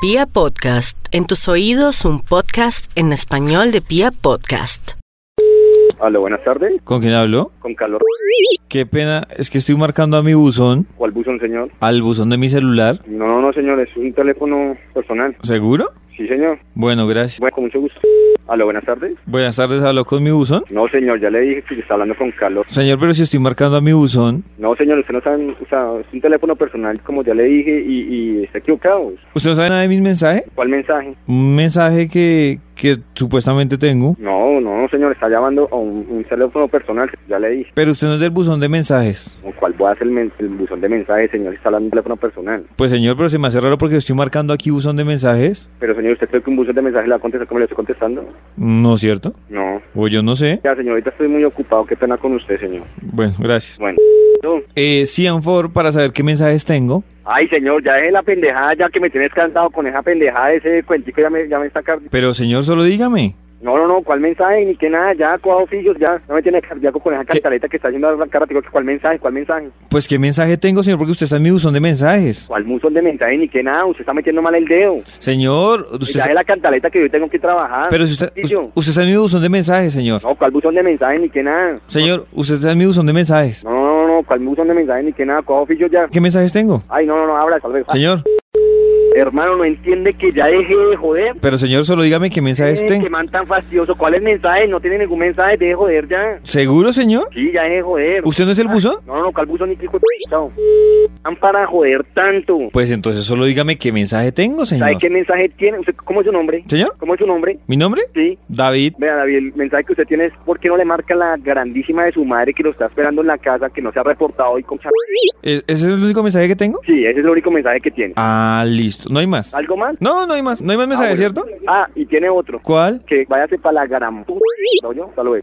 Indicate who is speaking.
Speaker 1: Pia Podcast, en tus oídos un podcast en español de Pia Podcast.
Speaker 2: Aló, buenas tardes.
Speaker 3: ¿Con quién hablo?
Speaker 2: Con calor.
Speaker 3: Qué pena, es que estoy marcando a mi buzón,
Speaker 2: ¿Cuál buzón, señor?
Speaker 3: al buzón de mi celular.
Speaker 2: No, no, no, señor, es un teléfono personal.
Speaker 3: ¿Seguro?
Speaker 2: Sí, señor.
Speaker 3: Bueno, gracias.
Speaker 2: Bueno, con mucho gusto. Aló, buenas tardes.
Speaker 3: Buenas tardes, hablo con mi buzón.
Speaker 2: No, señor, ya le dije que está hablando con calor.
Speaker 3: Señor, pero si estoy marcando a mi buzón,
Speaker 2: No, señor, usted no sabe, o sea, es un teléfono personal, como ya le dije, y, y está equivocado.
Speaker 3: ¿usted no sabe nada de mis mensajes?
Speaker 2: ¿Cuál mensaje?
Speaker 3: Un mensaje que, que supuestamente tengo.
Speaker 2: No, no, señor, está llamando a un, un teléfono personal, ya le dije.
Speaker 3: Pero usted no es del buzón de mensajes.
Speaker 2: ¿Con cuál voy a hacer el, men- el buzón de mensajes, señor? Está hablando de un teléfono personal.
Speaker 3: Pues señor, pero se me hace raro porque estoy marcando aquí buzón de mensajes.
Speaker 2: Pero, señor, ¿usted cree que un buzón de mensajes le va a contestar como le estoy contestando?
Speaker 3: ¿No es cierto?
Speaker 2: No.
Speaker 3: O yo no sé.
Speaker 2: Ya, señorita, estoy muy ocupado. Qué pena con usted, señor.
Speaker 3: Bueno, gracias.
Speaker 2: Bueno. No.
Speaker 3: Eh, Cianfor, para saber qué mensajes tengo.
Speaker 2: Ay, señor, ya es la pendejada, ya que me tienes cantado con esa pendejada, ese cuentico ya me, ya me está... car-
Speaker 3: Pero señor, solo dígame.
Speaker 2: No, no, no, ¿cuál mensaje? Ni que nada, ya, coja oficios, ya. No me tienes cardíaco con esa cantaleta que está haciendo la cara, digo, ¿cuál mensaje? ¿Cuál mensaje?
Speaker 3: Pues qué mensaje tengo, señor, porque usted está en mi buzón de mensajes.
Speaker 2: ¿Cuál musón de mensaje? Ni que nada, usted está metiendo mal el dedo.
Speaker 3: Señor, usted...
Speaker 2: Ya es la cantaleta que yo tengo que trabajar.
Speaker 3: Pero si usted,
Speaker 2: Oficio.
Speaker 3: us- usted está en mi buzón de mensajes, señor.
Speaker 2: No, ¿cuál buzón de mensaje? Ni que nada.
Speaker 3: Señor, usted está en mi buzón de mensajes.
Speaker 2: No, no, no, no, ¿cuál buzón de mensaje? Ni que nada, coja oficios, ya.
Speaker 3: ¿Qué mensajes tengo?
Speaker 2: Ay, no, no, no, habla, salve.
Speaker 3: Señor,
Speaker 2: Hermano, ¿no entiende que ya deje de joder?
Speaker 3: pero señor, solo dígame qué mensajes
Speaker 2: Eh, que
Speaker 3: tengo.
Speaker 2: man tan fastidioso. ¿Cuál es el mensaje? No tiene ningún mensaje, deje de joder ya.
Speaker 3: ¿Seguro, señor?
Speaker 2: Sí, ya deje de joder.
Speaker 3: ¿Usted no es el buzón?
Speaker 2: No, no, no, calbuzo ni pico de chao. Están para joder tanto.
Speaker 3: Pues entonces solo dígame qué mensaje tengo,
Speaker 2: ¿Sabe
Speaker 3: señor.
Speaker 2: qué mensaje tiene? ¿Usted, ¿Cómo es su nombre?
Speaker 3: ¿Señor?
Speaker 2: ¿Cómo es su nombre?
Speaker 3: ¿Mi nombre?
Speaker 2: Sí.
Speaker 3: David.
Speaker 2: Vea, David, el mensaje que usted tiene es ¿por qué no le marca la grandísima de su madre que lo está esperando en la casa, que no se ha reportado hoy con... ch-
Speaker 3: ¿E- ¿Ese es el único mensaje que tengo?
Speaker 2: Sí, ese es el único mensaje que tiene.
Speaker 3: Ah, listo. No hay más.
Speaker 2: ¿Algo más?
Speaker 3: No, no hay más. No hay más mensajes,
Speaker 2: Ah, bueno.
Speaker 3: ¿cierto?
Speaker 2: Ah, y tiene otro.
Speaker 3: ¿Cuál?
Speaker 2: Que váyase para la gran... ¿No yo? Hasta luego.